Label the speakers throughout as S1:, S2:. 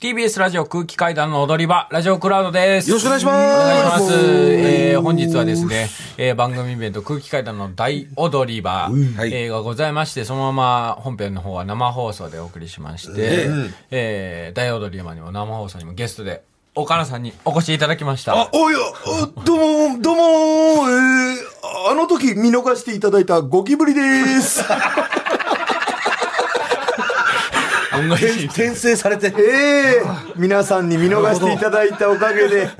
S1: TBS ラジオ空気階段の踊り場、ラジオクラウドです。
S2: よろしくお願いします
S1: お願いします。えー本日はですね、えー番組イベント空気階段の大踊り場、
S2: はい
S1: えーがございまして、そのまま本編の方は生放送でお送りしまして、えー大踊り場にも生放送にもゲストで、岡野さんにお越しいただきました。
S2: あ、おいや、おどうも、どうも、えー、あの時見逃していただいたゴキブリ です。
S1: 恩返し
S3: 転生されて。
S2: えー、皆さんに見逃していただいたおかげで、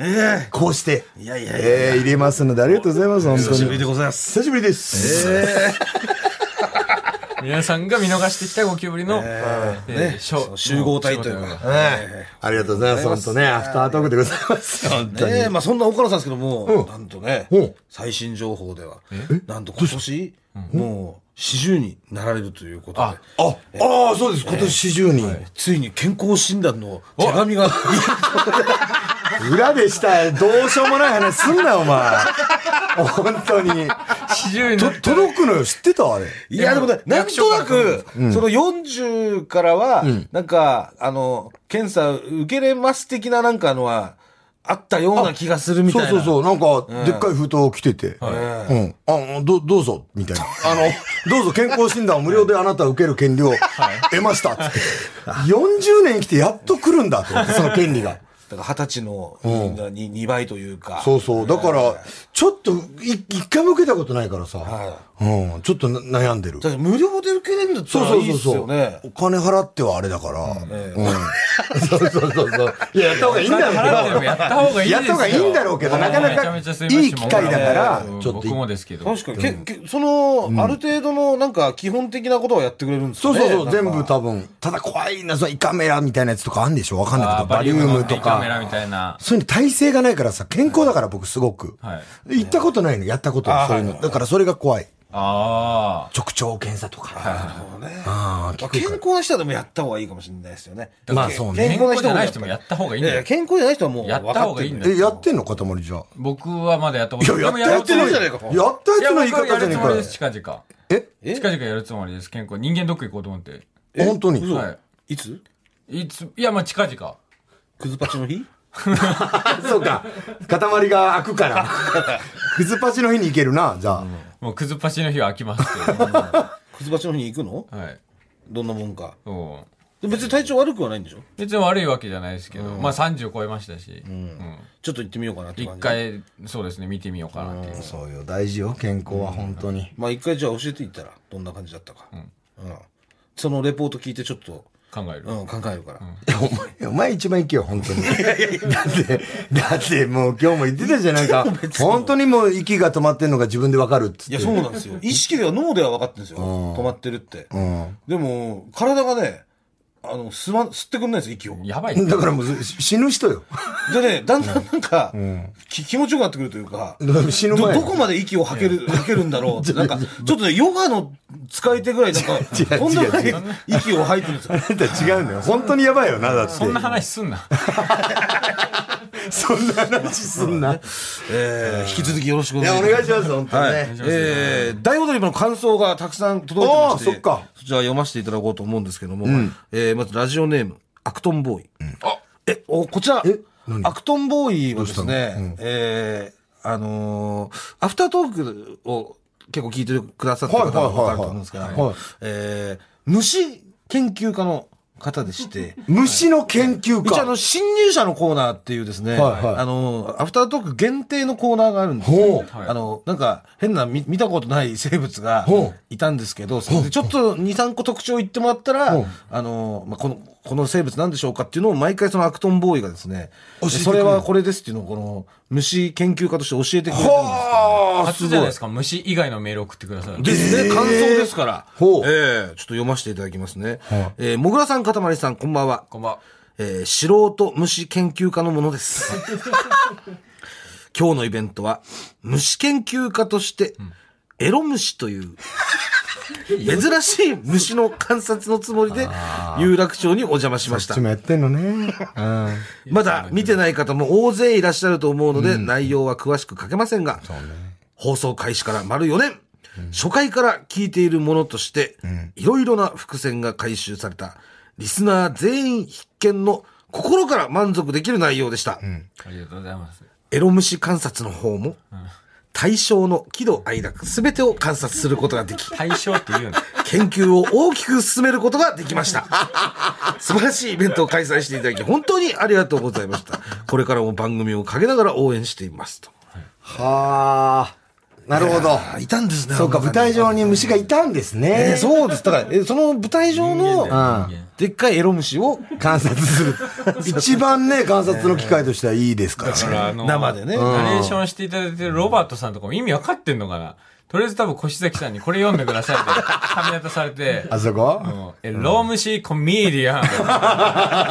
S2: こうして、
S3: いやいやいや。
S2: えー、入れますのでありがとうございます、本
S3: 久し
S2: 当
S3: ぶり
S2: に
S3: で。ございます。
S2: 久しぶりです。
S1: 皆さんが見逃してきたゴキブリの、えーショー
S3: その集合体というか。
S2: はいありがとうございます、本当ね、アフタートークでございます。
S3: ねえ、まあそんな岡野さんですけども、なんとね
S2: うん、
S3: 最新情報では、なんと今年、もう四十になられるということで、
S2: あ、ああー、そうです、今年40人。
S3: ついに健康診断の手紙が、
S2: 裏でした、どうしようもない話すんな、お前。本当に。
S1: 40
S2: と
S1: に
S2: 届くのよ、知ってたあれ。
S3: いやでもね、なん
S1: 役所
S3: と
S1: から
S3: なく、その40からは、なんか、あの、検査受けれます的ななんかのは、あったような気がするみたい
S2: そう
S3: な。
S2: そうそう、なんか、でっかい封筒来てて、うん、あの、ど、どうぞ、みたいな。あの、どうぞ健康診断を無料であなたは受ける権利を得ました、つって。40年来てやっと来るんだ、と思って、その権利が。
S3: だから二十歳のみんなに2倍というか。
S2: そうそう。だから、ちょっと、い一回も受けたことないから
S3: は
S2: さ、うん、ちょっとな悩んでる。
S3: だって無料で受けれるんだった
S2: そう
S3: ら
S2: そ
S3: いいうっす
S2: そうそ
S3: よ
S2: う、
S3: ね。
S2: お金払ってはあれだから。うん。そうそうそうそう。いや、やった方がいいんだろうけど。
S1: やった方がいいですよ
S2: やった方がいいんだろうけど、なかな
S1: めちゃ
S2: かい
S1: め
S2: い
S1: ちゃすません
S2: 機会だから、
S1: うん
S2: ちょっと
S1: 僕もですけど。
S3: 確かに、けけその、ある程度のなんか基本的なことはやってくれるんです
S2: そう
S3: よね。
S2: そうそう、全
S3: なん
S2: 部
S3: か。
S2: 多分。ただ怖いな、そのイカメラみたいなやつとかあんでしょわかんない
S1: あ
S2: け
S1: ー
S2: ど、
S1: バ
S2: バ
S1: リ
S2: リ
S1: ウ
S2: ウ
S1: ム
S2: ム
S1: の
S2: と
S1: デカメラ
S2: か。
S1: みたいな。
S2: そういうの体勢がないからさ、健康だから僕すごく。
S1: はい。
S2: 行ったことないの、やったことない、そういうの。だからそれが怖い。
S1: ああ。
S2: 直腸検査とか。ああ、
S3: ま
S2: 聞
S3: あ健
S2: くか
S3: 康な人はでもやった方がいいかもしれないですよね。
S2: ら。まあそう
S3: 健
S2: ね。
S3: 康な
S1: じ
S3: 人
S1: ゃ
S3: も
S1: な
S3: や
S1: い
S3: っぱ
S1: 人もやった方がいいん
S3: い
S1: だ
S3: やい
S1: よ
S3: や、。健康じゃない人はもう
S1: やった方がいいんだよ
S2: え、やってんの塊じゃあ。
S1: 僕はまだやったこ
S2: い
S1: と
S2: や、
S1: ない。
S2: や
S1: でも
S2: ったやつ
S1: ろ
S2: の
S1: う
S3: じ
S1: と
S3: ゃ
S1: 思っ
S3: ないか
S2: やったやつの言
S1: いや、
S2: い方
S1: 僕はや
S2: じゃ
S1: る
S2: ね
S1: つ
S2: え
S1: も
S2: か
S1: り
S2: よ
S1: です、。近々。
S2: え
S3: え
S1: 近々やるつもりです、健康。人間ドック行こうと思って。
S2: 本当に
S1: はい
S3: つ
S1: い。いつ、いや、まあ近々。
S3: クズパチの日
S2: そうか。塊が開くから。くずパチの日に行けるな、じゃあ。
S1: もうくずっぱしの日は飽きます けど。は
S3: クズパチの日に行くの
S1: い。
S3: どんなもんか。
S1: そう。
S3: で別に体調悪くはないんでしょ
S1: 別に悪いわけじゃないですけど、まあ30超えましたし、
S3: ちょっと行ってみようかなって
S1: 一
S3: 感じ。。
S1: 回、そうですね、見てみようかなっていう。
S2: そうよ、大事よ、健康は本当に。
S3: まあ一回じゃあ教えていったら、どんな感じだったか。うん。そのレポート聞いてちょっと、
S1: 考える。
S3: うん、考えるから。
S2: いやお前、お前一番行けよ、本当に。だって、だってもう今日も言ってたじゃん、なんか、本当にもう息が止まってんのが自分でわかるっつって。
S3: いや、そうなんです よ。意識では脳では分かってるんですよ。止まってるって。
S2: うん。
S3: でも、体がね、あの、吸ま、吸ってくんないんですよ、息を。
S1: やばい。
S2: だからもうし死ぬ人よ。
S3: でね、だんだんなんか、き気持ちよくなってくるというか、
S2: だから 死ぬ
S3: ど、
S2: 前。
S3: どこまで息を吐ける、吐けるんだ ろうって、なんか、ちょっとね、ヨガの使い手ぐらい なんか、
S2: 違う
S3: とんでもない
S2: 違う
S3: 息を吐いてるんですよ。
S2: あんた違うのよ。 本当にやばいよな、だって。
S1: そんな話すんな。
S2: そんな話すんな。い
S3: えー、引き続きよろしくお願
S2: や、
S3: い
S2: お
S3: します。
S2: 願いします、本当に
S3: はい
S2: ね。。
S3: えー、大踊り場の感想がたくさん届いてまし
S2: あ
S3: て、
S2: ーそっか
S3: ちら読ませていただこうと思うんですけども、えー、まずラジオネーム、アクトンボーイ。あえ、お、こちら、アクトンボーイはですね、えー、あのー、アフタートークを結構聞いてくださってる方がわかると思うんですけど、
S2: はいはいはいはい
S3: えー、虫研究家の方 でして、
S2: 虫の研究
S3: うちあ
S2: 家。
S3: の、新入社のコーナーっていうですね、
S2: はいはい
S3: あの、アフタートーク限定のコーナーがあるんです
S2: ほ
S3: よ
S2: う。
S3: あの、なんか、変な見見たことない生物が
S2: ほう
S3: いたんですけど、それでちょっと2、3個特徴言ってもらったら
S2: う、
S3: あの、まあ、この、この生物なんでしょうかっていうのを毎回そのアクトンボーイがですね、
S2: 教えてくれる
S3: それはこれですっていうのをこの虫研究家として教えてくれるんですよ。
S2: はあ、
S1: 初じゃないですか、虫以外のメール送ってください。
S3: ですね、感想ですから。
S2: ほう
S3: ええちょっと読ませていただきますね。えーもぐらさん、かたまりさん、こんばんは。
S1: こんばんは。
S3: えー素人虫研究家のものです。今日のイベントは、虫研究家として、エロ虫という、珍しい虫の観察のつもりで、有楽町にお邪魔しました
S2: ち。もやってんのね。うん。
S3: まだ見てない方も大勢いらっしゃると思うので、内容は詳しく書けませんが、放送開始から丸4年、初回から聞いているものとして、いろいろな伏線が回収された、リスナー全員必見の心から満足できる内容でした。
S1: ありがとうございます。
S3: エロ虫観察の方も、対象の喜怒哀楽すべてを観察することができ、
S1: 対象って言うの。
S3: 研究を大きく進めることができ ました。素晴らしいイベントを開催していただき、本当にありがとうございました。これからも番組をかけながら応援していますと。
S2: はあ。なるほど。
S3: あいたんですね。
S2: そうか、
S3: あの
S2: 舞
S3: 中に
S2: 台上に虫がいたんです
S3: えー
S2: ね。
S3: そうです。だから、えーその舞台上の、
S2: うん
S3: でっかいエロ虫を、
S2: 観察す る。一番ね、観察の機会としてはいいですからね。
S1: あの
S3: 生でね
S1: ナレーションしていただいてるロバートさんとかも意味わかってんのかなとりあえず多分、越崎さんにこれ読んでくださいって、 髪型されて、
S2: あそこ
S1: もうえ、ロームシーコメディアン。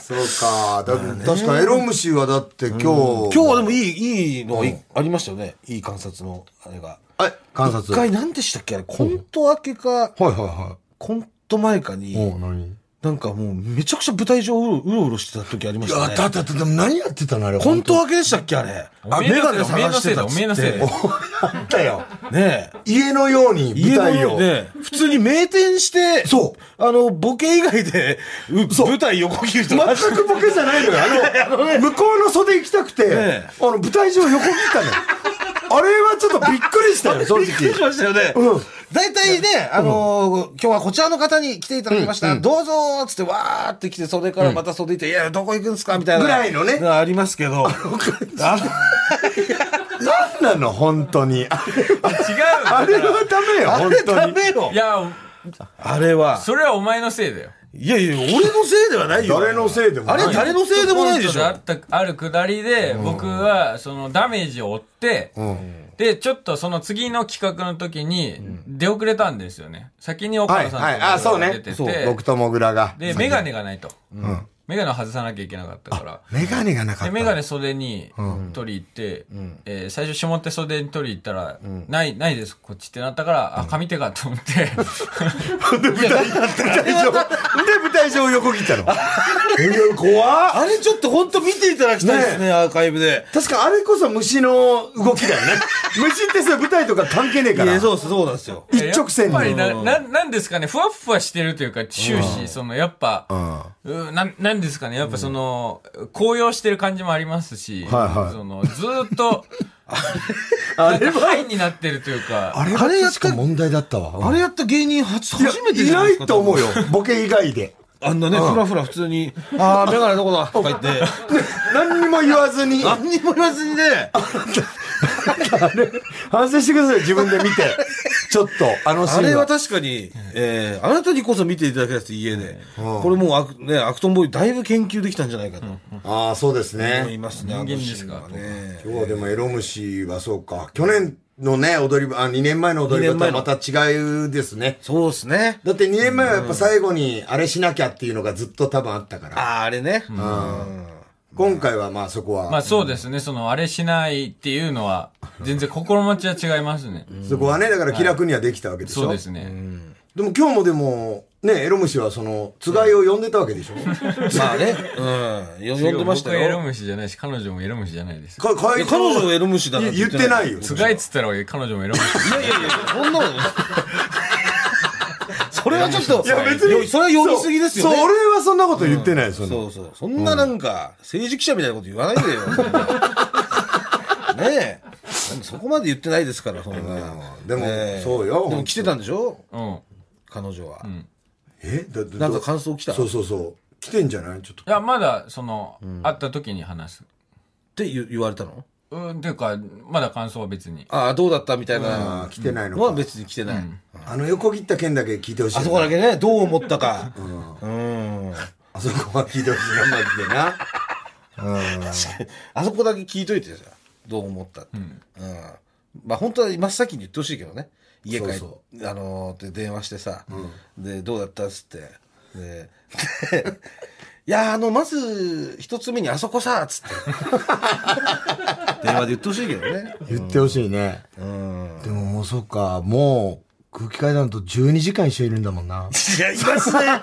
S2: そうか。だ確かエロ虫はだって今日、
S3: 今日はでもいい、いいのがいありましたよね。いい観察の、あれが。
S2: はい、観
S3: 一
S2: 察。はい
S3: 回何でしたっけあれ、コント明けか、
S2: はいは
S3: コント前か
S2: い。
S3: に、
S2: う、何
S3: なんかもうめちゃくちゃ舞台上うろうろうろしてた時ありま
S2: い
S3: した
S2: や、だ
S3: ね。
S2: って、だって、でも何やってたのあれ。
S3: コント
S2: は
S3: 明けでしたっけあれ。
S1: お
S3: あ、
S1: めえ
S3: メ
S1: のせ
S3: ガ
S1: い
S3: ネ
S1: だ
S3: 探してたっつっ
S1: お
S3: て。
S1: めえのせいだおめえのせいだ
S2: やったよ。
S3: ねえ。
S2: 家のように舞台を。
S3: ね、普通に名店して、。
S2: そう
S3: あの、ボケ以外で、う舞台横切る人マジ
S2: 全くボケじゃないのよ。あの、向こうの袖行きたくて、
S3: ええ
S2: あの、舞台上横切ったのよ。あれはちょっとびっくりしたよ、正
S3: びっくりし
S2: 直。
S3: ましたよね。
S2: うん
S3: 大体ね、あのー今日はこちらの方に来ていただきました。どうぞーっつって、わーって来て、袖からまた袖行って、いや、どこ行くんですかみたいな。
S2: ぐらいのね
S3: ありますけど。あの
S2: 何なの、本当に。あれは
S1: 違うよ
S2: あれはダメよ、
S3: あ
S2: 本
S3: れ
S2: 当
S3: ダ
S2: に。
S3: メよ
S1: い。や、
S3: あれは。
S1: それはお前のせいだよ。
S3: いやいや、俺のせいではないよ。
S2: 誰のせいでも
S3: あ
S2: ない
S3: れ誰のせいでもないでしょ
S1: コ。ントであった、あるくだりで、僕は、そのダメージを負って、で、ちょっとその次の企画の時に、出遅れたんですよね。先に岡
S2: は
S1: 野
S2: い、
S1: さ
S2: はい、あ、
S1: んと
S2: そう
S1: かが出
S2: ね
S1: て。て、
S2: そう、僕ともぐらが。
S1: で、メガネがないと。メガネを外さなきゃいけなかったから。
S2: メガネがなかっ
S1: で、
S2: た。
S1: メガネ袖に取り行って、えー最初下手袖に取り行ったら、ない、ないです、こっちってなったから、あ、紙手かと思って、
S2: 舞台上、で、舞台上横切ったの。え怖っ
S3: あれちょっと本当見ていただきたいですね、アーカイブで。
S2: 確かあれこそ虫の動きだよね。虫ってさ、舞台とか関係ねえ
S3: い
S2: から。
S3: や、そうですそうなんですよ。
S2: 一直線に
S1: やっぱりな、な、なんですかね、ふわっふわしてるというか、終始、その、やっぱ、うん、な、なんですかね、やっぱその、高揚してる感じもありますし、
S2: はいはい
S1: その、ずーっと、
S2: あ
S1: なんかハイになってるというか、
S2: あれ
S3: あれや
S2: は
S3: っ
S2: 確か問題だったわ。
S3: あれやった芸人初、初めて
S2: い
S3: じゃ
S2: や
S3: ない
S2: いな
S3: ですか
S2: いと思うよ。ボケ以外で。
S3: あんなね、ふらふら普通に、あー、メガネどこだとか言って、
S2: 何にも言わず に。
S3: 何にも言わずにね、
S2: 反省してください、自分で見て。ちょっと、あのシ
S3: あ
S2: ー
S3: れ
S2: ン
S3: は
S2: は。
S3: 確かに、えー、あなたにこそ見ていただきたいです、家で。これもうアク、ね、アクトンボーイだいぶ研究できたんじゃないかと
S2: ああ、そうです
S3: 思い
S2: ね。
S3: ますね、
S1: 人間
S3: あのシーンは
S1: で
S3: ね。
S2: 今日はでもエロ虫はそうか。去年のね、踊り場、あ、2年前の踊り場とはまた違うですね。
S3: そうですね。
S2: だって2年前はやっぱ最後にあれしなきゃっていうのがずっと多分あったから。
S3: あー、あれね。
S2: 今回はまあそこは、
S1: まあそうですね、その、あれしないっていうのは、全然心持ちは違いますね。
S2: そこはね、だから気楽にはできたわけでしょ。
S1: そうですね。
S2: でも今日もでも、ね、エロ虫はその、つがいを呼んでたわけでしょ。
S3: まあね、うん。よ呼んでました
S1: 僕はエロ
S3: よ。
S1: 虫じゃないし、彼女もエロ虫じゃないです。
S2: か
S3: い
S2: 会長
S3: や彼女をエロ虫だな
S2: 言
S3: んて言
S2: っ
S3: って
S2: て
S3: な
S2: ないいよ。
S1: つがいっつったら俺彼女もエロ虫。
S3: いやい やいや、そんなことない。それはちょっと、
S2: いや別に。
S3: それは読みすぎですよね。
S2: そう、俺はそんなこと言ってない、その。
S3: そうそう。そんななんか、政治記者みたいなこと言わない でよ。ねえ。そこまで言ってないですから、そんな。
S2: うんでも
S3: ねえ
S2: そうよ
S3: でも来てたんでしょ
S1: うん。
S3: 彼女は。
S2: えだだ
S3: なんか感想来た
S2: そうそうそう。来てんじゃないちょっと
S1: い。や、まだ、その、会った時に話す。
S3: って言言われたの
S1: うん、っていうか、まだ感想は別に。
S3: ああ、どうだったみたい
S2: あ
S3: な
S2: ー来てないの
S3: のは
S2: か。
S3: 別に来てない。
S2: あの横切った件だけ聞いてほしいな。
S3: あそこだけね、どう思っ たか。うん。
S2: あそこは聞いてほしいな、マジでな。
S3: あそこだけ聞いといてじゃあどう思ったって。うん。まあ本当は真っ先に言ってほしいけどね。家帰って、
S2: そ
S3: あのー、で電話してさ、で、どうだったっつって。で、 でいやー、あの、まず、一つ目にあそこさ、 つって。電話で言ってほしいけどね。
S2: 言ってほしいね。
S3: うん。
S2: でももうそうか、もう、空気階段と12時間一緒いるんだもん な。
S3: いや、い ますね。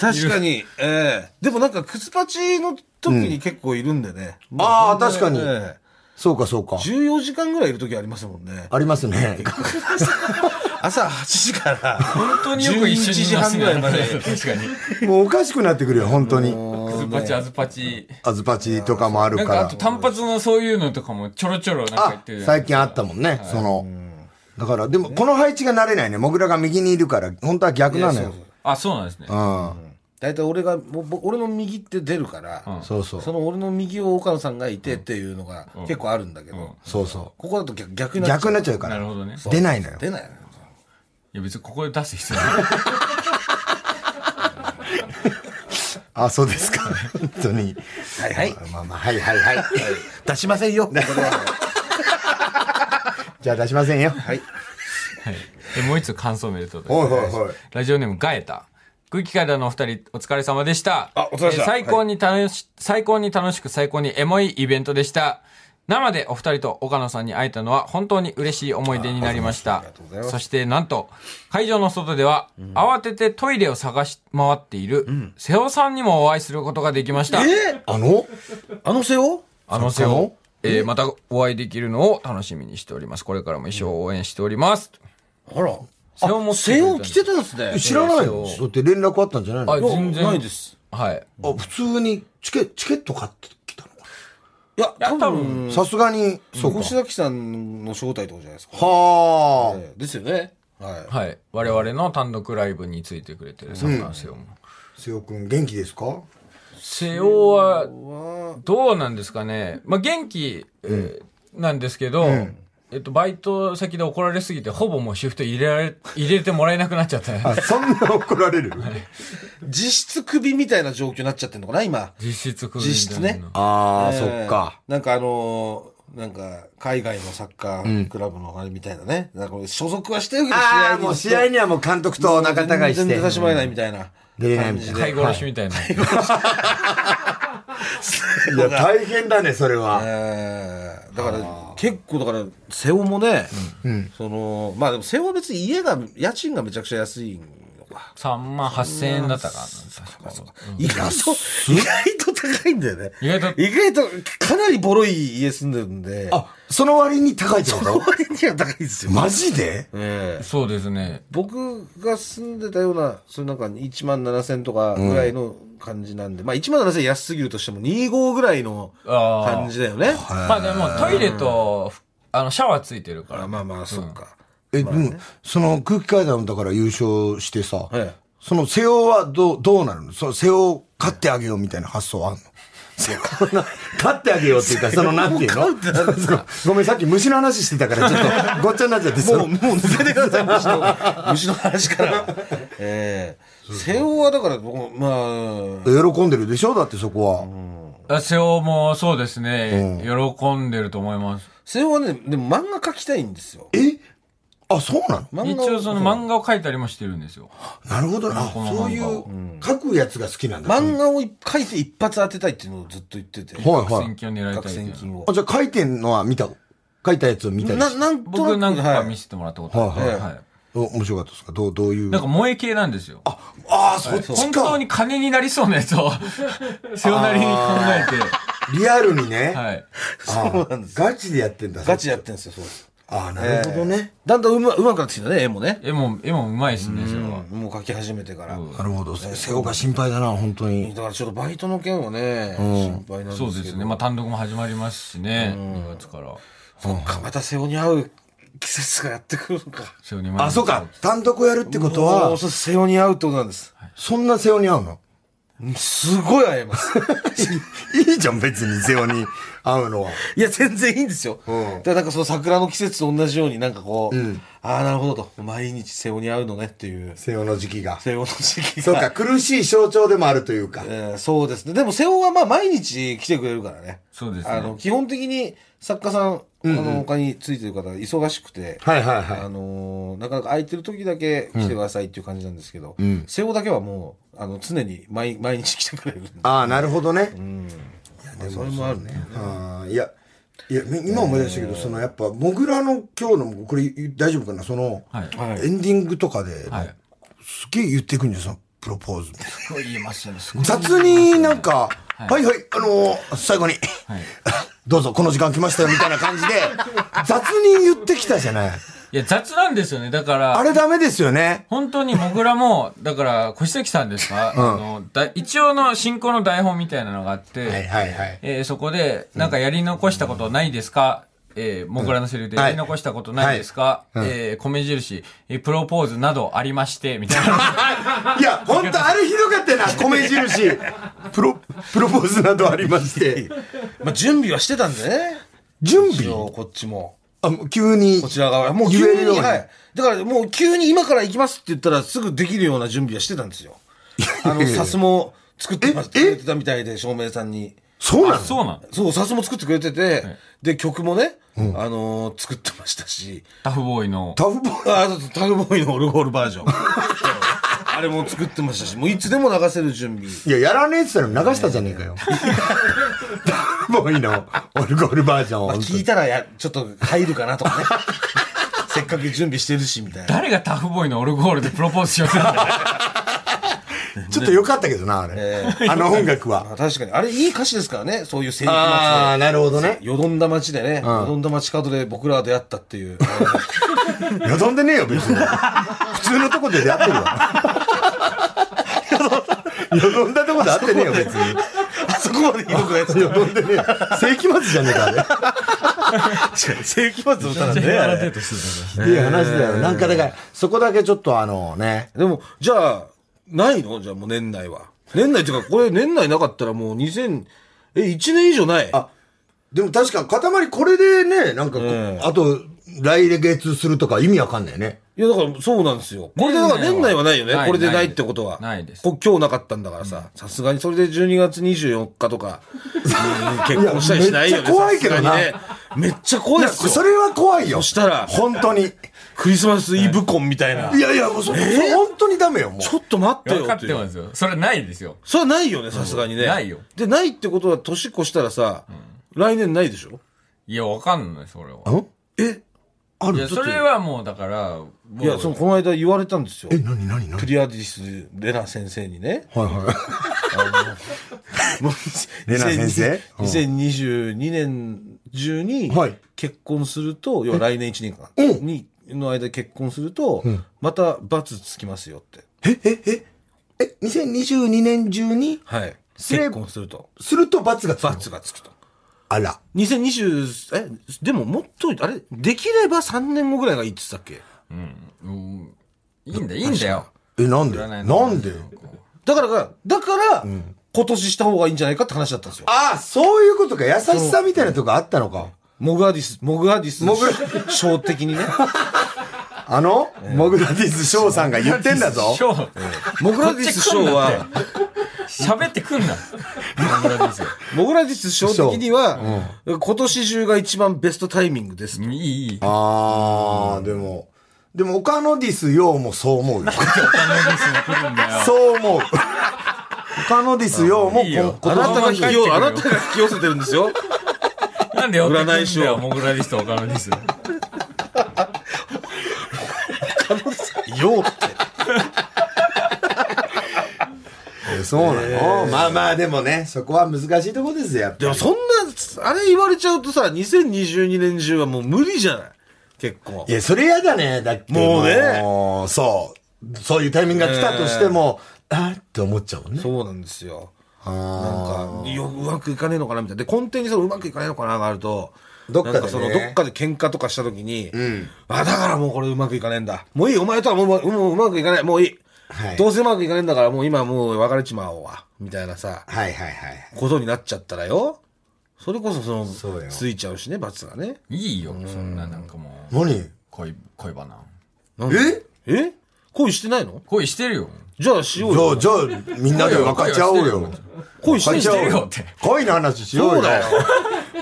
S3: 確かに。ええでもなんか、クズパチの時に結構いるんでね。
S2: ああ、確かに。
S3: ええ
S2: そうか、そうか。
S3: 14時間ぐらいいる時ありますもんね。
S2: ありますね。
S3: 朝8時から
S1: 本当によく一緒にいますね
S3: 11時半ぐらいまで
S1: 確かに
S2: もうおかしくなってくるよ、本当に。
S1: あずぱちあずぱち
S2: あずぱちとかもあ
S1: な
S2: る
S1: ん
S2: か。
S1: からあと単発のそういうのとかもちょろちょろなんか言
S2: あ
S1: ってる、
S2: 最近あったもんね、その。だから、でも、この配置が慣れないね。モグラが右にいるから、本当は逆なのよ。
S1: あそうなんですね
S2: うん。
S3: 大体俺がぼぼ俺の右って出るから、
S2: そうそう。
S3: その俺の右を岡野さんがいてっていうのが結構あるんだけど、
S2: そうそ
S3: ここだと逆逆
S2: う。
S3: になっちゃ
S2: 逆
S3: う
S2: になっちゃうか
S1: なるほ
S2: ら。
S1: どね
S2: 出ないのよ。
S3: 出ないのよ
S1: いや別にここで出す必要ない
S2: あ、そうですか。本当に。
S3: はいはい
S2: まあまあ、はいはいはい。
S3: 出しませんよこれは
S2: じゃあ出しませんよ。
S3: はい
S1: はい、でもう一つ感想メールとで
S2: おいおいおい
S1: ラジオネームガエタ空気階段のお二人お疲れ様でした
S3: あお疲れ様でした
S1: えー最高に楽し、最高に楽しく最高にエモいイベントでした生でお二人と岡野さんに会えたのは本当に嬉しい思い出になりました
S3: ありがとうございます
S1: そしてなんと会場の外では、慌ててトイレを探し回っている、瀬尾さんにもお会いすることができました、
S2: あの
S3: あの瀬尾
S1: あの瀬
S2: 作家
S1: 尾
S2: の
S1: えーまたお会いできるのを楽しみにしておりますこれからも一生応援しております、
S3: あら
S1: 瀬尾も来てくれたん
S3: 瀬尾
S1: です
S3: 来てたんですね
S2: 知らないのだって連絡あったんじゃないの
S1: あ
S2: あ、
S1: 全然
S3: ないです
S1: はい
S2: 普通にチケチケット買ってきたのか
S3: いや多分
S1: 多
S2: さすがに、そうか。
S3: 星崎さんの招待とかじゃないですか、
S2: は
S3: ええですよねはい
S1: はい。我々の単独ライブについてくれてるサッカー瀬尾も。
S2: あ。瀬尾くん、元気ですか
S1: 瀬尾は、どうなんですかね。まあ、元気、えーなんですけど、えっと、バイト先で怒られすぎて、ほぼもうシフト入れられ、入れてもらえなくなっちゃったね。
S2: あ、そんな怒られ る
S3: 実質クビみたいな状況になっちゃってるのかな今
S1: 実質クビ
S3: 実質
S1: みたい
S3: ね
S1: な
S2: ああ、
S3: ええ
S2: そっか。
S3: なんかあのーなんか海外のサッカークラブのあれみたいなね、なんか所属はしてるけど
S2: ああ、もう試合にはもう監督と仲違いし
S3: 全
S2: て
S3: 然。出しまえないみたいな
S2: 出れないみたいな
S1: 買い殺しみたいな。
S2: いや、大変だね、それは。
S3: えーだから結構だから瀬尾もね、そのまあでも瀬尾は別に家が家賃がめちゃくちゃ安いのか
S1: 3万8000円だったかな。確か
S3: 意外と意外と高いんだよね
S1: 意外と
S3: 意外とかなりボロい家住んでるんであ
S2: あ、その割に高いってこと
S3: 割には高いですよ、
S2: マジで
S3: ええ
S1: そうですね。
S3: 僕が住んでたような、それなんか1万7千とかぐらいの感じなんで、まあ1万7千安すぎるとしても25ぐらいの
S1: あー
S3: 感じだよね。
S1: まあでもトイレと、あの、シャワーついてるか
S3: あ
S1: ら。
S3: まあまあ、そっか。
S2: え、でも、その空気階段だから優勝してさ
S3: はい、
S2: その瀬尾はどう、どうなるのその瀬尾を勝ってあげようみたいな発想はあんの瀬尾な勝ってあげようっていうか、そのなんていうの
S3: 勝ってなんですか
S2: ごめん、さっき虫の話してたから、ちょっとごっちゃになっちゃってさ。
S3: もう、もう抜けてください、虫の、虫の話 から。ええ瀬尾はだから、もう まあ、
S2: 喜んでるでしょだってそこは。
S1: あ瀬尾もそうですね、喜んでると思います。
S3: 瀬尾はね、でも漫画描きたいんですよ。
S2: えあ、そうなの
S3: 漫
S1: 一
S3: 画を
S1: 応その漫画を描いたりもしてるんですよ。
S2: なるほどね。あ、
S1: の
S2: そういう、書くやつが好きなんだ。
S3: 漫画を描いて一発当てたいっていうのをずっと言ってて。
S2: はいは
S1: 選
S2: い。
S1: 挙を狙いた
S3: 学
S1: いっていう
S3: 選
S1: の
S3: 金を
S2: あ、。じゃあ書いてんのは見た書いたやつを見たり
S3: な、
S2: して。
S3: なんとなく
S1: 僕なんか
S3: はい
S1: 見せてもらったことある、
S2: はい
S3: はい
S1: はい
S2: お面白かったですかどう、どういう。
S1: なんか萌え系なんですよ。
S2: ああ、そっち
S1: 本当
S2: か。
S1: に金になりそうなやつを背負なりに考え
S2: リアルにね。
S1: て、はい、
S2: そうなんです。ガチでやってんだ。
S3: ガチやってんですよ、そうです。
S2: ああ、なるほどね。
S3: だんだんうまうまくなってきたね、絵もね。
S1: 絵も絵もうまいですねそれは。
S3: もう描き始めてか
S2: な
S3: ら。
S2: るほど。瀬尾が心配だな、本当に。
S3: だからちょっとバイトの件はね、心配なんで
S1: そ
S3: すけど。
S1: うですね。まあ単独も始まりますしね。2月から
S3: そっか、また瀬尾に会う季節がやってくるのか。
S1: 背負に
S2: あ、そうか。単独をやるってこと
S3: も
S2: は
S3: う、そう瀬尾に会うってことなんです。
S2: そんな瀬尾に会うの
S3: すごい会えます。
S2: いいじゃん、別に瀬尾に会うのは。
S3: いや、全然いいんですよ。
S2: うん
S3: だからなんかその桜の季節と同じようになんかこう、ああ、なるほどと。毎日瀬尾に会うのねっていう、
S2: 瀬尾の時期が。
S3: 瀬尾の時期が。
S2: そうか、苦しい象徴でもあるというか。
S3: えーそうですね。でも、瀬尾はまあ、毎日来てくれるからね。
S1: そうですね
S3: あの、基本的に作家さん、あの、他についてる方、忙しくて、
S2: はいはいはい
S3: あのーなかなか空いてる時だけ来てくださいっていう感じなんですけど、瀬尾だけはもう、あの、常に毎、 毎日来てくれるんで。
S2: ああ、なるほどね。
S3: まあそれもあるね。
S2: ああ、いや、いや、み今思い出したけど、そのやっぱ、モグラの今日の、これ大丈夫かなその、
S1: はい
S3: はい
S2: エンディングとかで、
S1: はい。
S2: すげえ言ってくんじゃん、その、プロポーズみたいな。
S1: すごい言いますよね。すごい。
S2: 雑になんか、はいはい、あのー最後に、 どうぞこの時間来ましたよみたいな感じで、雑に言ってきたじゃない。
S1: いや、雑なんですよね。だから。
S2: あれダメですよね。
S1: 本当に僕らも、だから、越崎さんですか、あのだ一応の進行の台本みたいなのがあって、
S2: はいはいはい。
S1: えーそこで、なんかやり残したことないですか、えー、もぐらのセリフで、
S2: うん
S1: やり残したことないですか、
S2: はいうん
S1: えー米印、えープロポーズなどありまして、みたいな。
S2: いや、ほんとあれひどかったよな、米印。プロ、プロポーズなどありまして。
S3: まあ、準備はしてたんでね。
S2: 準
S3: 一
S2: 備
S3: 応、こっちも。
S2: あ、もう急に。
S3: こちら側。もう
S2: 言える
S3: 急
S2: よう
S3: に、
S2: に
S3: はい。だから、もう急に今から行きますって言ったら、すぐできるような準備はしてたんですよ。あの、サスも作ってます
S2: え
S3: 作ってたみたいで、照明さんに。
S2: そうなの
S1: そうなの
S3: そう、サスも作ってくれてて、で、曲もね、あのー作ってましたし、
S1: タフボーイの。
S2: タフボーイ。
S3: ああと、タグボーイのオルゴールバージョン。あれも作ってましたし、もういつでも流せる準備。
S2: いや、やらねえって言ったら流したじゃねえ かよ。タフボーイのオルゴールバージョンを。
S3: まあ、
S2: 本当
S3: 聞いたらや、ちょっと入るかなと かね。せっかく準備してるし、みたいな。
S1: 誰がタフボーイのオルゴールでプロポーズしようとしたんだよ
S2: にちょっと良かったけどな、あれ。あの音楽は。
S3: あ確かに。あれ、いい歌詞ですからね。そういうセリフ
S2: あ
S3: 待
S2: あ、なるほどね
S3: ちで。。よどんだ街でね、よどんだ街角で僕らは出会ったっていう。
S2: よどんでねえよ、別に。普通のとこで出会ってるわ。よどんだとこで会ってねえよ、別に。
S3: あそこまでひどくないです
S2: よどんでねえよ。世紀末じゃねえか、あれ。
S3: か世紀末の歌なんで、 ね、あれ
S2: いい話だよ。なんかだから、そこだけちょっとあのね。
S3: でも、じゃあ、ないのじゃあもう年内は。年内っていうか、これ年内なかったらもう2000、え、1年以上ない
S2: あでも確か、塊これでね、なんかこう、
S3: ええ
S2: あと、来月するとか意味わかんないよね。
S3: いや、だからそうなんですよ。これでだから年内はないよね。
S1: ない
S3: これでないってことは。
S1: ないです
S3: こ今日なかったんだからさ。さすがにそれで12月24日とか、うん結婚したりしないよ
S2: いやめっちゃ
S3: ね。
S2: 怖いけどな
S3: さすがにね。めっちゃ怖い
S2: い
S3: で
S2: や、
S3: すよ。
S2: それは怖いよ。
S3: そしたら
S2: 本当に。
S3: クリスマスイブ婚みたいな。
S2: いやいや、もうそ、
S3: え
S2: そ本当にダメよ、もう。
S3: ちょっと待ってよ
S1: 分かっ
S3: って
S1: て
S3: いう。
S1: ますよ。それないですよ。
S3: それはないよね、さすがにね。
S1: ないよ。
S3: で、ないってことは年越したらさ、来年ないでしょ
S1: いや、わかんない、それは。
S2: ん
S3: え
S2: あ
S1: い
S2: る
S1: や、それはもう、だから、
S3: いや、その、この間言われたんですよ
S2: え、。なになになに
S3: クリアディス・レナ先生にね。
S2: はいはい。
S3: もう
S2: レナ先生
S3: 2022年中に
S2: はい
S3: 結婚すると、要は来年1年間
S2: うん
S3: に、の間結婚すると、また罰つきますよって。
S2: え、え、え、え、2022年中に、
S3: はい。
S2: それ
S3: 結婚すると。
S2: すると罰がつくの。
S3: 罰がつくと。
S2: あら。
S3: 2020、え、でももっと、あれ、できれば3年後ぐらいがいいって言ってたっけ
S1: うん、いいんだよ、いいんだよ。
S2: え、なんで
S1: 占い
S2: な
S1: の
S2: んで
S3: だからが、だから、今年した方がいいんじゃないかって話だったんですよ。
S2: ああ、そういうことか。優しさみたいなとこあったのか。
S3: モグアディス、モグアディス、
S2: モグラ
S3: 小 的にね。
S2: あの、モグラディス翔さんが言ってんだぞ
S1: シ。ョー
S3: モグラディス賞は、
S1: 喋ってくんな。野村ですよ。
S3: モグラディス賞的には、今年中が一番ベストタイミングです。
S1: いい、いい。
S2: ああ、でも、でも、岡野ディスようもそう思うよ。 そう思う。岡野ディスようも
S1: いいよ
S2: こ
S3: あ
S2: ん
S3: なたが
S1: 子供が帰
S3: 引
S1: ってくる
S3: き
S1: よ
S3: 寄せ、あなたが引き寄せてるんですよ。
S1: なんで寄ってくんだ
S3: 占い師を
S1: よ、モグラディスと岡野ディス。
S3: ようって。
S2: えそうなの、まあまあ、でもね、そこは難しいとこですよ、やっぱ
S3: でもそんな、あれ言われちゃうとさ、2022年中はもう無理じゃない結構
S2: い。や、それ嫌だね。だって
S3: もうね
S2: もうそう。そういうタイミングが来たとしても、あーって思っちゃうもんね。
S3: そうなんですよ。
S2: あ
S3: なんか、ようまくいかねえのかなみたいな。で、根底にそのうまくいかねえのかながあると、
S2: どっかでね
S3: なんその、どっかで喧嘩とかしたときに、あ、だからもうこれうまくいかねえんだ。もういい、お前とはもうもうもううまくいかない、もういい。
S2: はい
S3: どうせうまくいかねえんだから、もう今もう別れちまおうわ。みたいなさ、
S2: はいはいはい。
S3: ことになっちゃったらよ。それこそその、
S2: そうよ
S3: ついちゃうしね、罰がね。
S1: いいよ、そんななんかもう。
S2: 何
S1: 恋、恋バナ。
S3: なんでえ恋してないの
S1: 恋してるよ。
S3: じゃあしよう
S2: じゃ
S3: よ
S2: あ、。じゃあ、みんなで分かっちゃおうよ。
S3: 恋して
S2: 分か
S1: し
S2: っちゃ
S1: て
S2: おう
S1: るよ
S2: よ
S1: って。
S2: 恋の話しよう
S3: そ
S2: よ
S3: うだよ。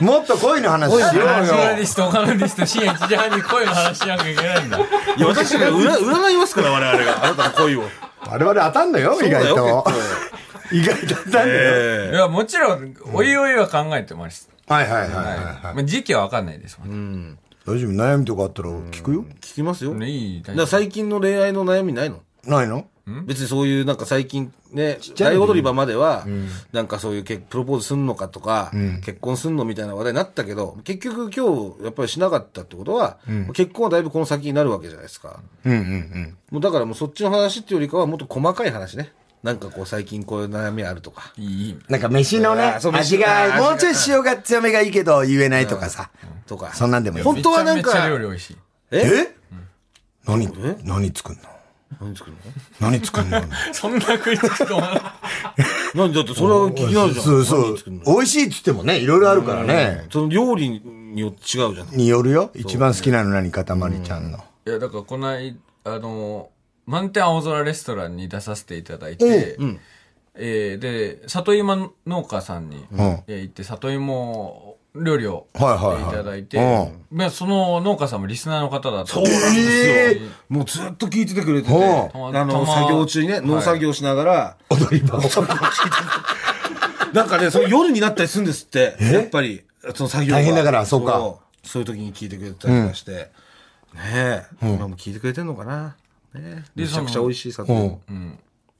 S2: もっと恋の話し
S1: モ
S2: よ
S1: グ
S2: う
S1: ラディ
S2: よ。
S1: スと岡野ディスと深夜1時半に恋の話しなきゃいけないんだ。
S3: いや、私が占占いますから、我々が。あなたの恋を。
S2: 我々当たんのよ、
S3: う
S2: 意
S3: だ
S2: 外
S3: よ
S2: と。意外と当たんのよ。
S3: ええ
S1: いや、もちろん、おいおいは考えてます。
S2: はいはいはいはいは
S1: まあ時期はわかんないですもんね。
S2: い。大丈夫悩みとかあったら聞くよ。
S3: 聞きますよ。
S1: いい、大
S3: だから
S1: 丈夫
S3: 最近の恋愛の悩みないの
S2: ないの
S3: 別にそういうなんか最近ね、大踊り場までは、なんかそういうけプロポーズすんのかとか、結婚すんのみたいな話題になったけど、結局今日やっぱりしなかったってことは、結婚はだいぶこの先になるわけじゃないですか。
S2: うんうんうん。
S3: もうだからもうそっちの話っていうよりかはもっと細かい話ね。なんかこう最近こういう悩みあるとか。
S1: いい。
S2: なんか飯のね
S3: あーそう、
S2: 味
S3: 飯
S2: が、
S3: あー
S2: もうちょい塩が強めがいいけど言えないとかさ。
S3: とか。
S2: そんなんでもいい。
S3: 本当はなん
S1: めちゃめちゃ
S3: か
S1: 料、理美味しい。
S3: え
S2: え何、何作んの
S3: 何作るの
S2: 何作ん の
S1: そんな食いつくと思わなかっ
S3: 何だってそれは気になるじゃん。
S2: そうそ
S3: 何
S2: う
S3: 作る。の
S2: 美味しいっつってもね、いろいろあるからね。
S3: その料理によって違うじゃん。
S2: によるよ。一番好きなの何、かたまりちゃんの。
S1: た。いや、だからこない、あの、満天青空レストランに出させていただいて、えーで、里芋農家さんに、えー行って、里芋料理を、
S2: はいはいはい
S1: いただいて、
S2: うん
S1: まあその農家さんもリスナーの方だった
S3: そうなんですよ、
S1: え
S3: もうずっと聞いててくれてて、
S2: ほ
S1: う
S3: あ
S1: たま
S3: の、作業中にね、農作業しながら、
S2: 踊り場を。
S3: なんかね、その夜になったりするんですって、やっぱり、その作業が
S2: 大変だからそうか
S3: うそういう時に聞いてくれたりとかして、ねえ、今も聞いてくれてんのかな。ねえ、めちゃくちゃ美味しい作業。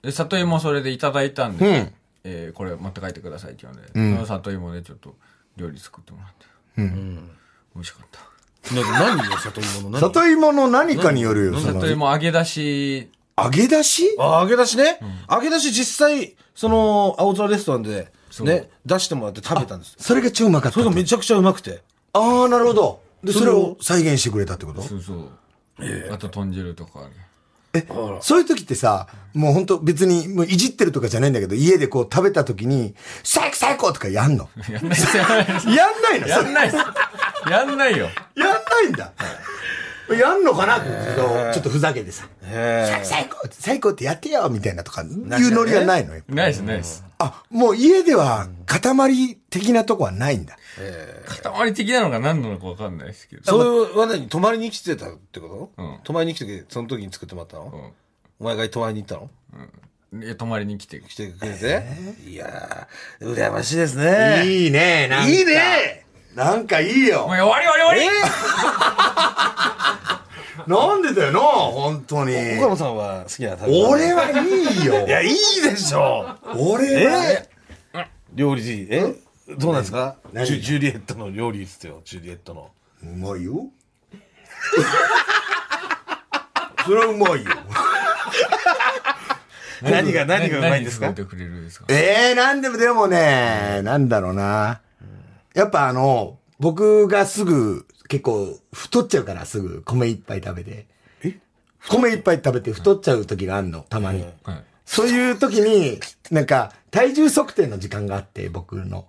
S1: で、里芋それでいただいたんで、えーこれ持って帰ってくださいって言われて、その里芋でちょっと料理作ってもらって。美味しかった。
S3: なんか何よ、里芋の何
S2: 里芋の何かによるよ、その
S1: 里。芋揚げ出し、
S2: 揚げ出し
S3: あ、揚げ出しね、揚げ出し実際、その、青空レストランで、ね、出してもらって食べたんです。
S2: それが超うまかっ
S3: そ
S2: た
S3: れ
S2: と。
S3: がめちゃくちゃうまくて。
S2: ああ、なるほど。で、そ
S3: そ
S2: れ
S3: れを
S2: を再現してくれたってこと
S1: そうそう。あと豚汁とかね。
S2: そういう時ってさ、もう本当別に、もういじってるとかじゃないんだけど、家でこう食べた時に、最高最高とかやんの
S1: やんないっすやんないっす
S2: やんな
S1: やんない
S2: いのそれ
S1: っすやんないよ。
S2: やんないんだ。やんのかなちょっとふざけてさ。最最高最高ってやってよみたいなとか、いうノリはないのよ。
S1: ないっすないっす。
S2: あ、もう家では塊的なとこはないんだ。
S1: 塊的なのが何なのかわかんないですけど。
S3: それは何泊まりに来てたってこと、
S1: うん
S3: 泊まりに来て、その時に作ってもらったの、
S1: ん
S3: お前が泊まりに行ったの
S1: いや泊まりに来て。
S3: 来てくれて、いやー、羨ましいですね。
S2: いいね、なんか。
S3: いいね
S2: なんかいい
S1: も
S2: よ
S1: う。終わり終わり終わり
S2: なんでだよな、本当に。
S3: 岡野さんは好きな食べ物
S2: 俺はいいよ。
S3: いや、いいでしょ
S2: 俺は、
S3: 料理人、えどうなんですか
S2: 何
S3: ジュジュリエットの料理ですよ、ジュリエットの。
S2: うまいよ。それはうまいよ。
S3: 何が、何がうまいんですか
S1: 何作ってくれるんですか
S2: ええなんでも、でもね、なんだろうな。やっぱあの、僕がすぐ、結構、太っちゃうからすぐ、米いっぱい食べて。米いっぱい食べて太っちゃう時があるの、たまに。
S1: はい。
S2: そういう時に、なんか、体重測定の時間があって、僕の。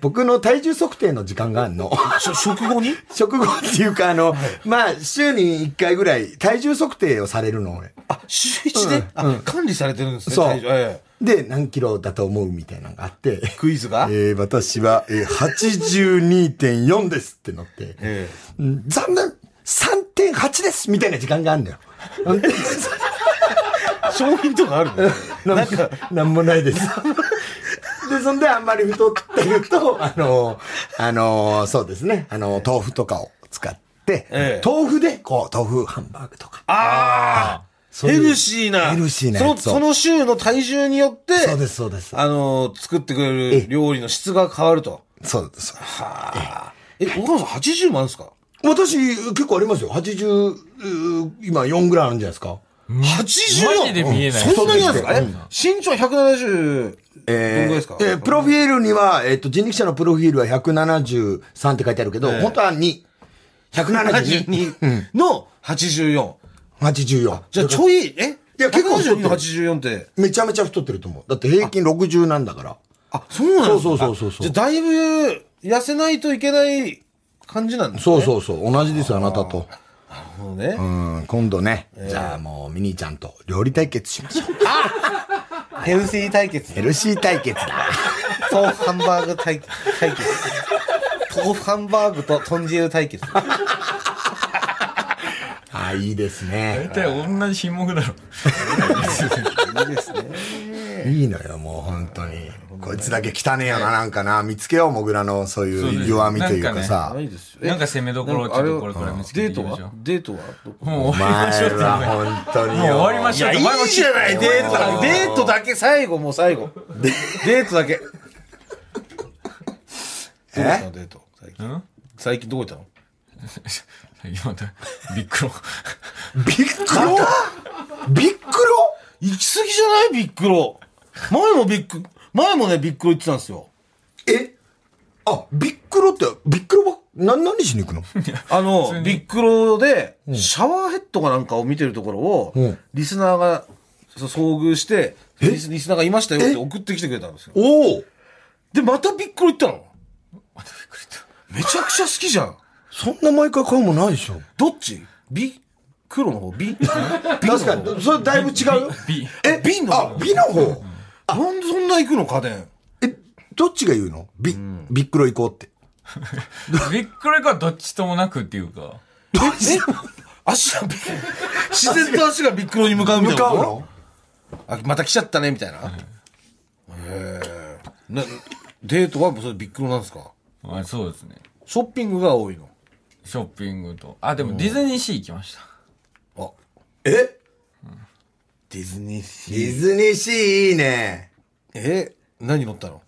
S2: 僕の体重測定の時間があるの。
S3: しょ食後に
S2: 食後っていうか、あの、まあ、週に1回ぐらい体重測定をされるの、俺。
S3: あ、週一で、あ管理されてるんですね、
S2: そう
S3: 体重ええ
S2: で、何キロだと思うみたいなのがあって、
S3: クイズが、
S2: えー、私は、えー、82.4ですってなって、
S3: え
S2: うん残念 !3.8 ですみたいな時間があるんだよ。
S3: え商品とかあるの
S2: なんか、なんもないです。で、そんであんまり太ってると、 あの、あの、そうですね、あの、豆腐とかを使って、
S3: ええ
S2: 豆腐で、こう、豆腐ハンバーグとか。
S3: ああ
S2: ういう
S3: ヘルシーな。
S2: ヘルシーな
S3: そ
S2: や
S3: の、
S2: つを
S3: その週の体重によって、
S2: そうです、そうです。
S3: あのー、作ってくれる料理の質が変わると。
S2: そうです。
S3: はあ。え、岡野さん80もあるんですか
S2: 私、結構ありますよ。80、うー今4ぐらいあるんじゃないですか。
S3: ?80!
S1: マジで見えない
S3: そんなになんですかえ
S2: うん
S3: 身長170、どんぐらいですか
S2: えープロフィールには、えっ、と、人力車のプロフィールは173って書いてあるけど、本当は2。172。
S3: 72の84。
S2: 84。
S3: じゃあちょい、えい
S2: や結構太ってる
S3: 172の84って。
S2: めちゃめちゃ太ってると思う。だって平均60なんだから。
S3: あ、そうなんですか
S2: そうそうそうそう
S3: あじゃあだいぶ痩せないといけない感じなんですね。
S2: そうそうそう。同じですよ、あなたと。
S3: そうね。
S2: うん、今度ね、じゃあもうミニーちゃんと料理対決しましょう。
S3: ヘルシー対決
S2: ヘ。ルシー対決だ。
S3: 豆腐ハンバーグ対対決。豆腐ハンバーグと豚汁対決。
S2: あ、いいですね。
S1: 大体同じ品目だろ。
S3: いいですね。
S2: いいのよ、もう本当に。こいつだけ汚ねえよな、なんかな。見つけよう、もぐらのそういう弱みというかさ。
S3: いですよえ
S1: なんか攻めどころっていうところから見つけ
S3: デ
S1: て
S3: ー
S1: いき
S3: ト
S1: ましょ
S3: は
S1: う。
S3: デートは
S1: もう終
S2: お
S1: わりましょ
S2: 前
S1: うってお前。も
S2: ら、本当に。
S1: う終わりま
S3: い
S1: しょ
S3: や、
S1: うっ
S3: い
S1: て。お
S3: い
S1: 前も
S3: じゃない、デートだけ。デートだけ、最後、もう最後。デートだけ。どこ行ったの、デート。最近。
S1: ん
S3: 最近どこ行ったの
S1: 最近また、ビックロ。
S2: びっくろびっくろ
S3: 行き過ぎじゃないビックロ。前もビック、前もね、ビックロ行ってたんですよ。
S2: えあ、びっくろって、びっくろば、な、何しに行くの
S3: あの
S1: 普通、に
S3: ビックロで、シャワーヘッドかなんかを見てるところ
S2: う
S3: を
S2: ん、
S3: リスナーが、そう遭遇して、リスリスナーがいましたよって送ってきてくれたんですよ。
S2: おお
S3: で、またビックロ行ったの
S1: またビックロと。
S3: めちゃくちゃ好きじゃん。
S2: そんな毎回買うもんないでしょ。
S3: どっちビ黒の方ビビの
S2: 確
S3: 方
S2: かに、それだいぶ違うよ。
S1: ビ。
S3: え、ビの
S2: あ
S3: 方、
S2: 美の方。
S3: なんでそんな行くの家電。
S2: え、どっちが言うのび、びっくろ行こうって。
S1: ビックロ以降はどっちともなくっていうか。
S3: え、え足がビ、自然と足がビックロに向かうみたい
S2: 向
S3: な
S2: か
S3: こ
S2: う
S3: と。
S2: の
S3: あ、また来ちゃったね、みたいな。へえ。な、デートはもうそれビックロなんですか
S1: まあそうですね。
S3: ショッピングが多いの。
S1: ショッピングと。あ、でもディズニーシー行きました。
S3: あ、
S2: え
S3: ディズニーシ
S2: ディズニーシーいいね。
S3: え、何乗ったの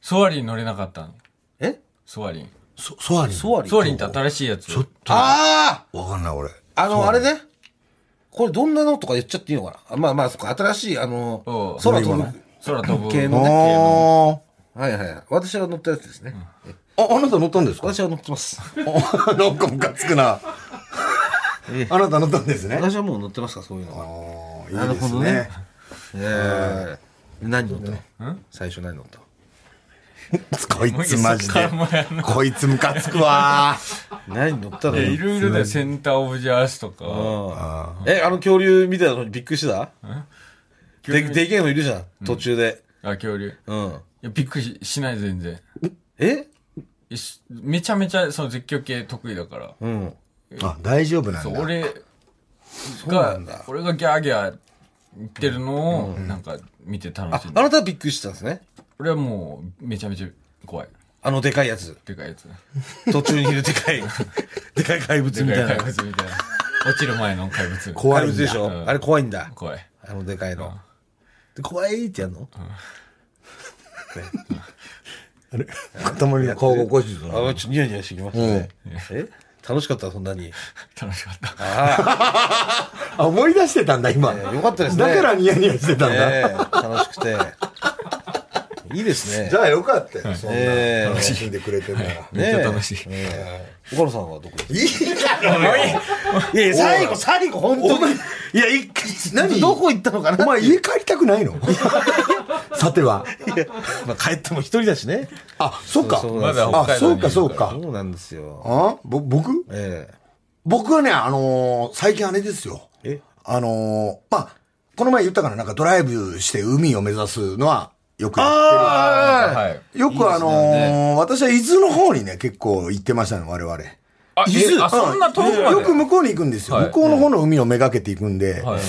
S1: ソアリン乗れなかったの。
S3: え
S1: ソアリン。
S2: そ、ソアリン。
S3: ソアリン
S1: ソアリンって新しいやつ。
S2: ちょっと、わ
S3: あ
S2: かんない俺。
S3: ああの、あれね。これどんなのとか言っちゃっていいのかなあまあまあ、そっか、新しい、あの
S1: おう、
S3: 空飛ぶ。
S1: 空飛ぶ。
S3: 系のね。
S2: あ
S3: はいはい。私は乗ったやつですね。え
S2: あ。あ、あなた乗ったんですか
S3: 私は乗ってます。
S2: あなんかムカつくな。あなた乗ったんですね。
S3: 私はもう乗ってますから、そういうのは。
S2: あ
S3: ないる
S2: いで
S3: ほ
S2: す
S3: ど
S2: ね
S3: ね。 ええ。何乗ったの最初何乗ったの
S2: こいつマジで
S1: もういいっす かもうやん。な
S2: こいつムカつくわ。
S3: 何乗ったの
S1: いやい
S3: よ
S1: ろいろだよ。センターオブジャースとか。
S3: え、あの恐竜みたいなのにびっくりしてたででけえのいるじゃん、途中で。
S1: あ、恐竜。い
S3: うん。
S1: や、びっくりしない、全然。
S3: え
S1: いしめちゃめちゃ、その絶叫系得意だから。
S3: うん。
S2: あ、大丈夫なん
S1: そ
S2: だ。
S1: う、俺
S3: な
S1: が
S3: んだ、
S1: 俺がギャーギャー言ってるのを、なんか見て楽
S3: あ
S1: しん、で
S3: あ
S1: る。
S3: なたはびっくりしてたんですね。
S1: 俺はもう、めちゃめちゃ怖い。
S3: あのでかいやつ。
S1: でかいやつ。
S3: 途中にいるでかい、でかい怪物み
S1: で
S3: た
S1: か
S3: い
S1: い
S3: な
S1: 怪。物みたいな。落ちる前の怪物。
S2: 怖
S3: 怪
S2: い
S3: 物
S2: ん
S3: で
S2: だ
S3: しょ
S1: うん
S3: あれ怖いんだ。
S1: 怖い。
S3: あのでかいの。で怖いってやんの
S2: 塊の顔がおかしいぞ。
S3: あ、ちょっとニヤニヤしてきますね。え楽しかったそんなに。
S1: 楽しかった。
S2: あ、思い出してたんだ、今。
S3: よかったですね。
S2: だからニヤニヤしてたんだ。
S3: ええ楽しくて。いいですね
S2: じ。ゃあよかったよ。そん
S3: ええ
S2: な楽しんでくれてんなら。い
S1: めっちゃ楽
S3: い。
S1: しい。
S3: 岡野さんはどこです
S2: いだろうよ
S3: いや、最後、最後、本
S2: お前、いや、一何
S3: どこ行ったのかな
S2: お前家帰りたくない のさては。
S3: まあ、帰っても一人だしね。
S2: あ、そうか。
S3: そう
S1: まだ北
S2: あ、
S1: 海道
S2: そ
S1: に
S2: う
S1: いる
S2: か、そう
S1: ら。
S2: か。
S3: そうなんですよ。
S2: あぼ、僕
S3: え
S2: 僕はね、あのー最近あれですよ。
S3: え
S2: あのーまあ、この前言ったからなんかドライブして海を目指すのはよくや
S1: あーはい。
S2: ってる。よくあのー私は伊豆の方にね、結構行ってましたね、我々。
S1: あ、
S3: 伊豆
S1: えあ、そんな遠くまで
S2: よく向こうに行くんですよ。
S1: はい
S2: 向こうの方の海をめがけて行くんで、
S1: はい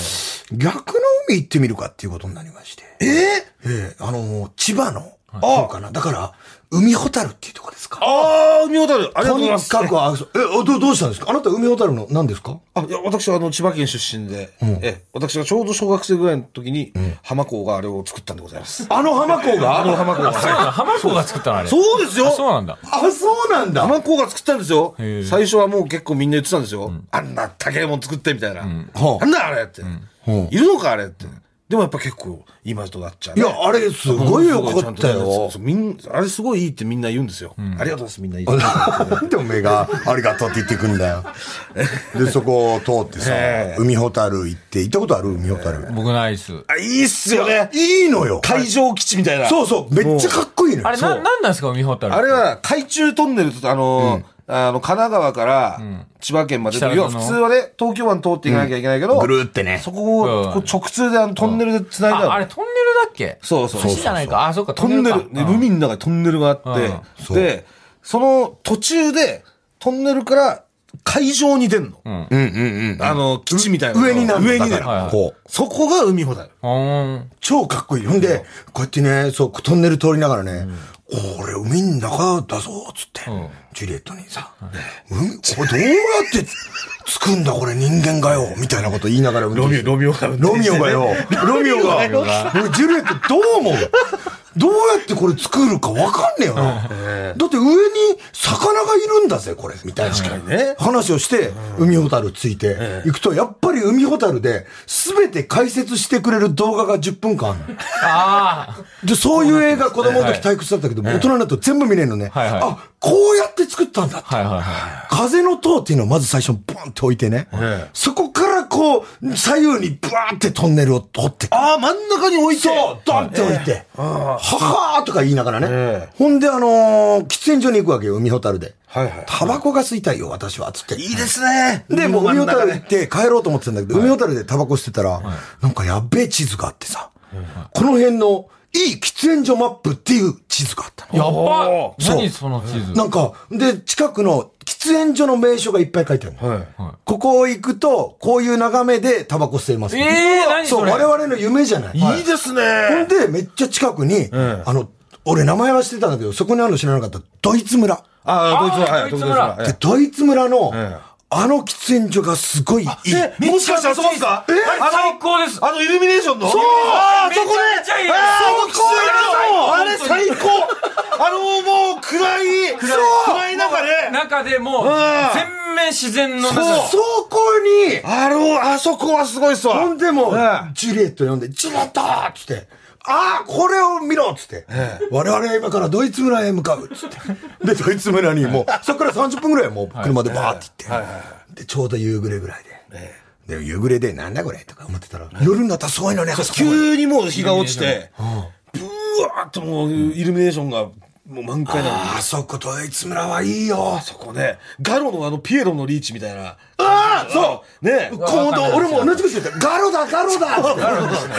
S2: 逆の海行ってみるかっていうことになりまして。ええあのー千葉の方かな。だから、海ホタルっていうとこですか。
S3: ああ、海ほたる。ありが
S2: と
S3: とうござい
S2: に
S3: ます。
S2: かく、あ、そうえ、おどどうしたんですかあなた海ホタルの何ですか
S3: あ、いや、私はあの、千葉県出身で、え、私がちょうど小学生ぐらいの時に、浜港があれを作ったんでございます。
S2: あの浜港が
S3: あの浜港が。
S1: そうなの浜子が作ったのあれ。
S3: そうですよ
S1: あそうなんだ。
S2: あ、そうなんだ。
S3: 浜港が作ったんですよ
S1: へえ。
S3: 最初はもう結構みんな言ってたんですよ。あんな高いもん作ってみたいな。
S2: はあ
S3: なんだあれって。
S2: ほう
S3: いるのかあれって。でもやっぱ結構、今となっちゃう
S2: い
S3: ね。
S2: や、あれすごいよかったよ。
S3: そうみんあれすごいいいってみんな言うんですよ。ありがとうございます、みんな言って。
S2: なんでおめえがありがとうって言ってくんだ よ。で、そこを通ってさ、海ホタル行って、行ったことある海ホタル。
S1: 僕ないっす。
S3: あ、いいっすよね。
S2: いいのよ。
S3: 海上基地みたいな。
S2: そうそう、めっちゃかっこいいのよ。
S1: あれ、
S2: そう
S1: な、なんなんですか海ほたる。
S3: あれは海中トンネルと、あのー、あの、神奈川から千葉県まで、
S1: 木更
S3: 要は
S1: 津の
S3: 普通はね、東京湾通っていかなきゃいけないけど、
S2: ぐるーってね
S3: そこをこう直通であのトンネルで繋いだ
S1: あ、
S3: の
S1: あれトンネルだっけ
S3: そうそうそう
S1: 橋じゃないか。あ、そうか、
S3: トンネル、
S1: か
S3: ね海の中にトンネルがあって、
S2: そう
S3: で、その途中で、トンネルから海上に出んの。
S2: うんうん
S3: あの、基地みたいな。
S2: 上になる
S3: 上に
S2: だ
S3: 出
S2: か
S3: る
S2: ら。
S1: はい
S2: こう。
S3: そこが海ほだよ。
S1: あ
S2: 超かっこいい。ほんで、こうやってね、そう、トンネル通りながらね、俺、海の中だぞ、つって、
S1: うん
S2: ジュリエットにさ、うん、これどうやってつくんだ、これ人間がよ、みたいなこと言いながら運
S3: ロ
S2: 転
S3: ミ
S2: して
S3: オ、ロミオ
S2: ロミオ
S3: が。
S2: が。よ、ロミオが、
S1: ミオが
S2: 俺ジュリエットどう思うどうやってこれ作るかわかんねえよな。だって上に魚がいるんだぜ、これ。みたいな。
S3: 確かにね
S2: 話をして、海ほたるついて、行くと、やっぱり海ほたるで、すべて解説してくれる動画が10分間あるの
S1: あ
S2: で、そういう映画、子供の
S1: はい
S2: 時退屈だったけど、大人になると全部見れるのね。
S1: はいはい
S2: あ、こうやって作ったんだって。
S1: ーはいはいは
S2: 風の塔っていうのをまず最初にボンって置いてね
S3: ええ。
S2: そこからこう、左右にバーってトンネルを掘ってく
S3: ああ、真ん中に置いて。
S2: そう、ドンって置いて、ははーとか言いながらね。
S3: ええ
S2: ほんで、あのー喫煙所に行くわけよ、海ほたるで。
S3: はいはい
S2: タバコが吸いたいよ、私は、つって。
S3: いいですね。
S2: で、もう海
S3: 真
S2: ほ
S3: ん
S2: た
S3: 中
S2: る
S3: で
S2: 行って帰ろうと思ってたんだけど、海ほたるでタバコ吸ってたら、なんかやっべえ地図があってさ、この辺のいい喫煙所マップっていう地図があったの
S1: い。やっば
S3: お
S2: ー
S1: 何その地図。
S2: なんか、で、近くの喫煙所の名所がいっぱい書いてあるの。
S3: はい。
S2: ここ行くと、こういう眺めでタバコ吸えますよ。
S1: えー何
S2: そう、
S1: それ
S2: 我々の夢じゃない。
S3: いいです
S2: ほん
S3: ね。
S2: で、めっちゃ近くに、あの、俺名前は知ってたんだけど、そこにあるの知らなかった、ドイツ村。
S3: ああ、ドイツ村、
S1: あー
S3: はい、
S1: ド
S3: ド
S1: イ
S3: イ
S1: ツ
S3: ツ
S1: 村
S2: で、
S3: 村。
S2: ドイツ村の、
S3: ええ
S2: あの喫煙所がすごいいい。
S3: え、もしかしてあそこですか
S2: え
S1: あれ最高です。
S3: あの、イルミネーションのそうあーあそこね
S1: めちゃめちゃいい
S3: あー
S1: そう
S3: あの喫煙所あれ最高あの、もう、暗い、暗い中で、
S1: 中でもう、全面自然の
S2: そ
S1: 中。
S2: こに、
S3: あの、あそこはすごいっすわ。
S2: ほんでもう
S3: ええ、
S2: ジュリエット呼んで、ジュリエットっつって、ああ、これを見ろっつって、我々は今からドイツ村へ向かうっつって。で、ドイツ村にもう、そっから30分ぐらいもう車でバーって行って、で、ちょうど夕暮れぐらいで。で、夕暮れで、なんだこれとか思ってたら、夜になったらすごいのね、あそこまで
S3: 急にもう日が落ちて、ブワーっともう、イルミネーションが、もう満開なのに。
S2: あそこドイツ村はいいよ
S3: あ。そこね、ガロのあの、ピエロのリーチみたいな。ああそうね
S2: 行動、俺も同じくしてた。ガロだ、ガロだって
S1: ガロにしないか。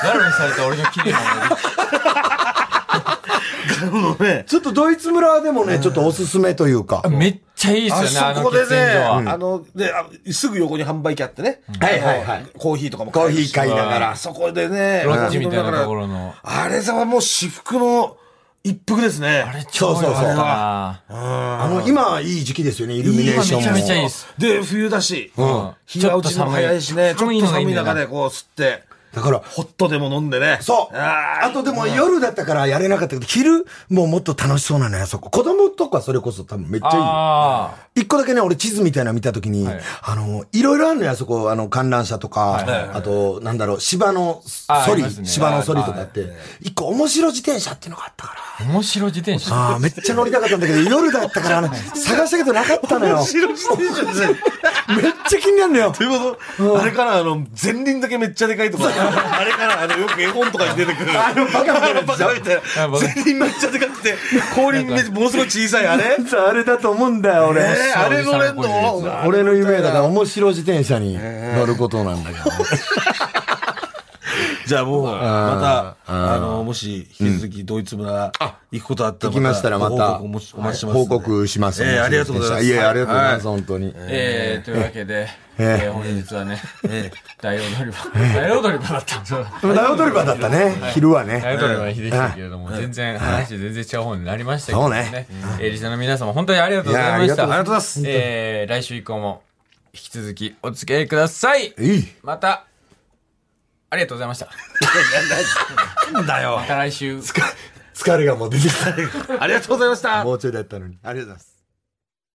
S1: ガロにされた俺の綺麗な
S3: ガロのね、
S2: ちょっとドイツ村でもね、ちょっとおすすめというか。
S1: の。めっちゃいいっすよね、
S3: あ
S1: あ
S3: そ
S1: の
S3: こで
S1: 喫煙
S3: ね
S1: 所、は。
S3: あの、で、あすぐ横に販売機あってね。
S2: はいはいはい
S3: あのコーヒーとかも
S2: コー
S3: え
S2: ヒ
S3: る
S2: ー
S3: し
S2: 買いなが
S3: あ
S2: ら。
S3: そこでね、
S1: ロッジみたいなところの
S3: あれさはもう至福の一服ですね。あ
S1: あれ超良かったな。
S2: あの、今いい時期ですよね、イルミネーションも。
S1: 今めちゃめちゃいいっす
S3: で、冬だし、
S1: ん
S3: 日が落ちるのも早いしね、
S1: ち
S3: ち
S1: ょ
S3: ょ
S1: っと寒い
S3: っと寒い中でこう吸って、
S2: だから、
S3: ホットでも飲んでね。
S2: そう。
S3: あー
S2: あとでも夜だったからやれなかったけど、昼もうもっと楽しそうなのよ、あそこ。子供とかそれこそ多分めっちゃ
S1: ああ。
S2: いい。一個だけね、俺地図みたいなの見たときに、
S1: はい
S2: あの、いろいろあるのよ、あそこ。あの、観覧車とか、
S1: いはいはい
S2: あと、なんだろう、芝の
S1: あ
S2: ソ
S1: あり
S2: リ、
S1: ますね
S2: 芝のソリとかあって、一個面白自転車っていうのがあったから。
S1: 面白自転車。
S2: ああ、めっちゃ乗りたかったんだけど、夜だったから、あの探したけどなかったのよ。
S3: 白自転車ですね。
S2: めっちゃ気になるのよ。
S3: ということ、あれからあの、前輪だけめっちゃでかいとこあれからあの、よく絵本とかに出てくる。あの、バカみたいな。
S1: あバカ
S3: 前輪めっちゃでかくて、後輪めものすごい小さい、あれ
S2: そうあれだと思うんだよ、俺。
S3: えーあれ乗れん
S1: そう
S3: の
S2: 俺の夢はだから面白自転車に乗ることなんだけどね。
S3: じゃあもう、また、あの、もし、引き続きドイツ村行くことあった
S2: 行きましたらま
S3: ご報
S2: た
S3: 告おもしお待ちしてますん
S2: 報
S3: で。
S2: 告します。
S3: ええありがとうございます
S2: いえ、ありがとうございます、
S3: は
S2: 本当に。
S1: えー、というわけで、
S2: えー
S1: えー本日はね、大踊り場、大踊り場だったんだ。
S2: でも大踊り場だったね、昼はね。
S1: 大踊り場は秀樹だけれども、全然話全然違う方になりましたけ
S2: そ
S1: ど
S2: う
S1: ね
S2: ね。
S1: えーリスナーの皆様、本当にありがとうございま
S2: いやあり
S1: し
S2: がとうござ
S1: た。
S3: います
S1: えー来週以降も、引き続きお付き合いください。
S2: いい。
S1: また、ありがとうございました。
S3: なんだよ
S1: ま。た来週。
S2: 疲れがもう出てき
S3: ありがとうございました
S2: た。。もうちょいだったのに。ありがとうございます。